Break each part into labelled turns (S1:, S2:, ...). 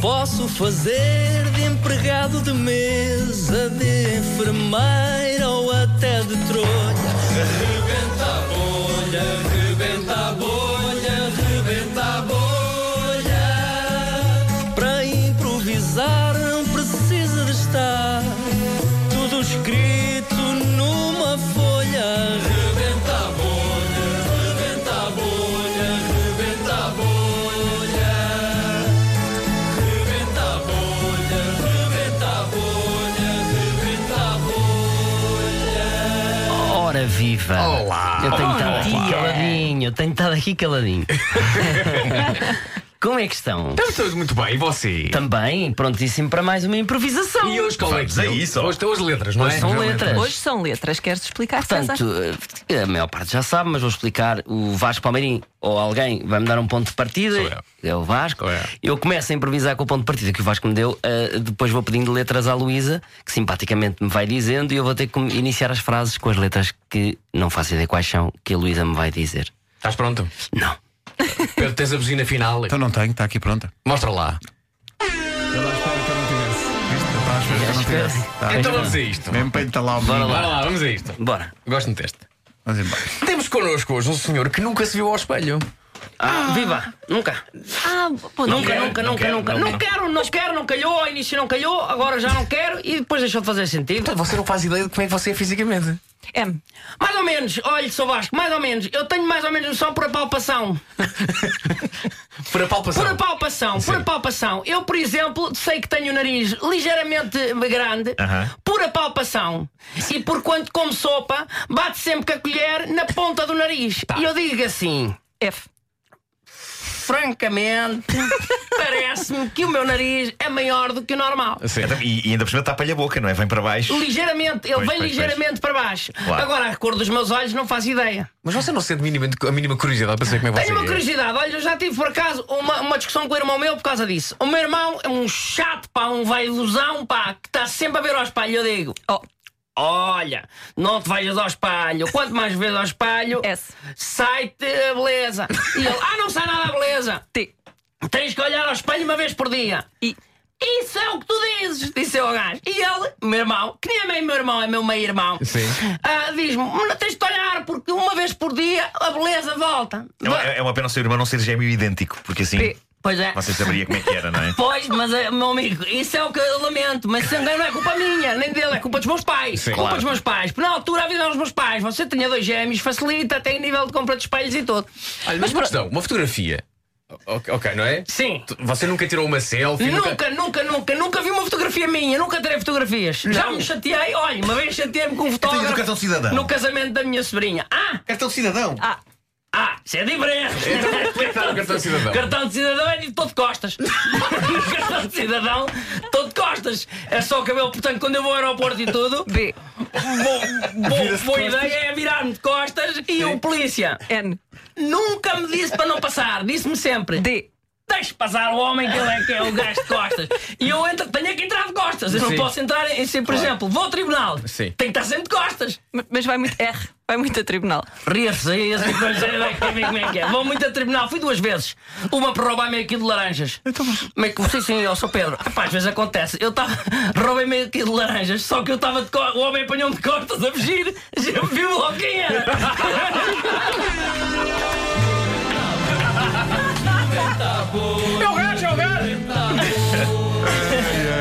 S1: Posso fazer de empregado de mesa, de enfermeira ou até de trolha. Rebenta a bolha, rebenta a bolha, rebenta a bolha. Para improvisar não precisa de estar tudo escrito numa folha. Rebenta a bolha, rebenta a bolha, rebenta a bolha. Rebenta a bolha, rebenta a bolha, rebenta a bolha.
S2: Ora viva!
S3: Olá!
S2: Eu tenho estado
S3: Olá.
S2: aqui caladinho, eu tenho estado aqui caladinho. Como é que estão?
S3: Estamos todos muito bem, e você?
S2: Também prontíssimo para mais uma improvisação.
S3: E hoje qual é
S4: Vamos
S3: que
S4: a
S3: é?
S4: isso.
S3: Hoje estão as letras, não é?
S2: Hoje são
S3: As
S2: letras.
S5: Hoje são letras, queres explicar, César?
S2: Portanto,
S3: é.
S2: eh, a maior parte já sabe, mas vou explicar. O Vasco Palmeirim ou alguém vai me dar um ponto de partida.
S3: Sou eu.
S2: É o Vasco.
S3: Sou eu.
S2: Eu começo a improvisar com o ponto de partida que o Vasco me deu. eh, depois vou pedindo letras à Luísa, que simpaticamente me vai dizendo, e eu vou ter que iniciar as frases com as letras que não faço ideia quais são, que a Luísa me vai dizer.
S3: Estás pronto?
S2: Não.
S3: Pedro, tens a buzina final.
S4: Então não tenho, está aqui pronta.
S3: Mostra lá.
S4: Estava à espera que eu não tivesse. Estava à espera que eu não tivesse. Tá.
S3: Então vamos a isto.
S4: Mesmo para entrar lá o
S2: Bora
S4: menino.
S3: Bora lá, vamos a isto.
S2: Bora.
S3: Gosto muito deste.
S4: Vamos embora.
S3: Temos connosco hoje um senhor que nunca se viu ao espelho.
S2: Ah, viva! Nunca!
S5: Ah, bom
S2: Nunca,
S5: dia.
S2: nunca,
S3: não
S2: nunca,
S3: quero,
S2: nunca.
S3: não
S2: Não, quero, não quero, não calhou, ao início não calhou, agora já não quero e depois deixou de fazer sentido.
S3: Portanto, Ah, você não faz ideia de como é que você é fisicamente.
S5: M.
S2: Mais ou menos, olhe, sou Vasco, mais ou menos. Eu tenho mais ou menos noção por a palpação.
S3: Por a palpação.
S2: Por a palpação, por a palpação. Eu, por exemplo, sei que tenho o nariz ligeiramente grande, por a palpação. E por quanto como sopa, bate sempre com a colher na ponta do nariz.
S3: Tá.
S2: E eu digo assim.
S5: F.
S2: Francamente, parece-me que o meu nariz é maior do que o normal.
S3: Sim.
S4: Então, E, ainda por cima tapa-lhe a boca, não é? Vem para baixo.
S2: Ligeiramente, ele
S4: Pois,
S2: vem
S4: pois,
S2: ligeiramente para baixo.
S4: Claro.
S2: Agora, a cor dos meus olhos não faço ideia.
S3: Mas você não sente minimamente a mínima curiosidade para saber como é que você
S2: Tenho uma
S3: é.
S2: curiosidade, olha, eu já tive por acaso uma, uma discussão com o irmão meu por causa disso. O meu irmão é um chato, pá, um vaidosão, pá, que está sempre a ver ao espelho. Eu digo,
S5: O.
S2: olha, não te vejas ao espelho. Quanto mais vezes ao espelho,
S5: S.
S2: sai-te a beleza. E ele, ah, não sai nada a beleza.
S5: T.
S2: Tens que olhar ao espelho uma vez por dia.
S5: I.
S2: Isso é o que tu dizes, disse eu ao gajo. E ele, meu irmão, que nem é meio meu irmão, é meu meio-irmão,
S3: Sim.
S2: ah, diz-me: "Não tens de olhar, porque uma vez por dia a beleza volta.
S4: É uma, é uma pena o seu irmão não ser gêmeo idêntico, porque assim
S5: P.
S2: Pois é.
S4: você saberia como é que era, não é?
S2: Pois, mas, eh, meu amigo, isso é o que eu lamento. Mas se engano não é culpa minha, nem dele, é culpa dos meus pais.
S3: Sim,
S2: culpa
S3: claro.
S2: dos meus pais. Porque na altura a vida aos meus pais. Você tinha dois gêmeos, facilita, tem nível de compra de espelhos e tudo.
S3: Olha, mas uma questão, uma fotografia. O- Ok, não é?
S2: Sim.
S3: Tu- Você nunca tirou uma selfie?
S2: Nunca, nunca, nunca, nunca vi uma fotografia minha, nunca terei fotografias. Já me chateei, olha, uma vez chateei-me com um
S4: tenho do
S2: fotógrafo
S4: cartão de cidadão.
S2: no casamento da minha sobrinha. Ah,
S4: Cartão de cidadão.
S5: A.
S2: ah, isso é diferente.
S3: Como é que está o cartão de cidadão?
S2: Cartão de cidadão é de todo costas. cartão de cidadão, todo costas. É só o cabelo, portanto, quando eu vou ao aeroporto e tudo,
S5: B.
S2: Bom, bom, boa ideia é virar-me de costas e o polícia
S5: N.
S2: nunca me disse para não passar, disse-me sempre.
S5: D.
S2: Deixe passar o homem que ele é que é o gajo de costas. E eu entro, tenho que entrar de costas. Eu
S3: Sim.
S2: não posso entrar em ser, por exemplo, vou ao tribunal.
S3: Sim.
S2: Tenho que estar sempre de costas.
S5: M- Mas vai muito R. Vai muito a tribunal.
S2: Ria-se aí, esse tipo de coisa, vai ver como é que é. Vou muito a tribunal, fui duas vezes. Uma para roubar meio quilo de laranjas.
S3: Então,
S2: Meio que sim, sim, eu sou Pedro. Rapaz, às vezes acontece. Eu estava. Roubei meio quilo de laranjas, só que eu estava de co... O homem apanhou-me de costas a fugir. Já viu logo quem era.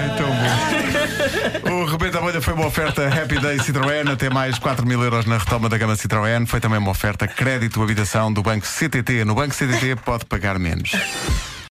S4: É tão bom. O Rebenta a Bolha foi uma oferta Happy Day Citroën, até mais 4 mil euros na retoma da gama Citroën. Foi também uma oferta crédito habitação do Banco CTT. No Banco CTT pode pagar menos.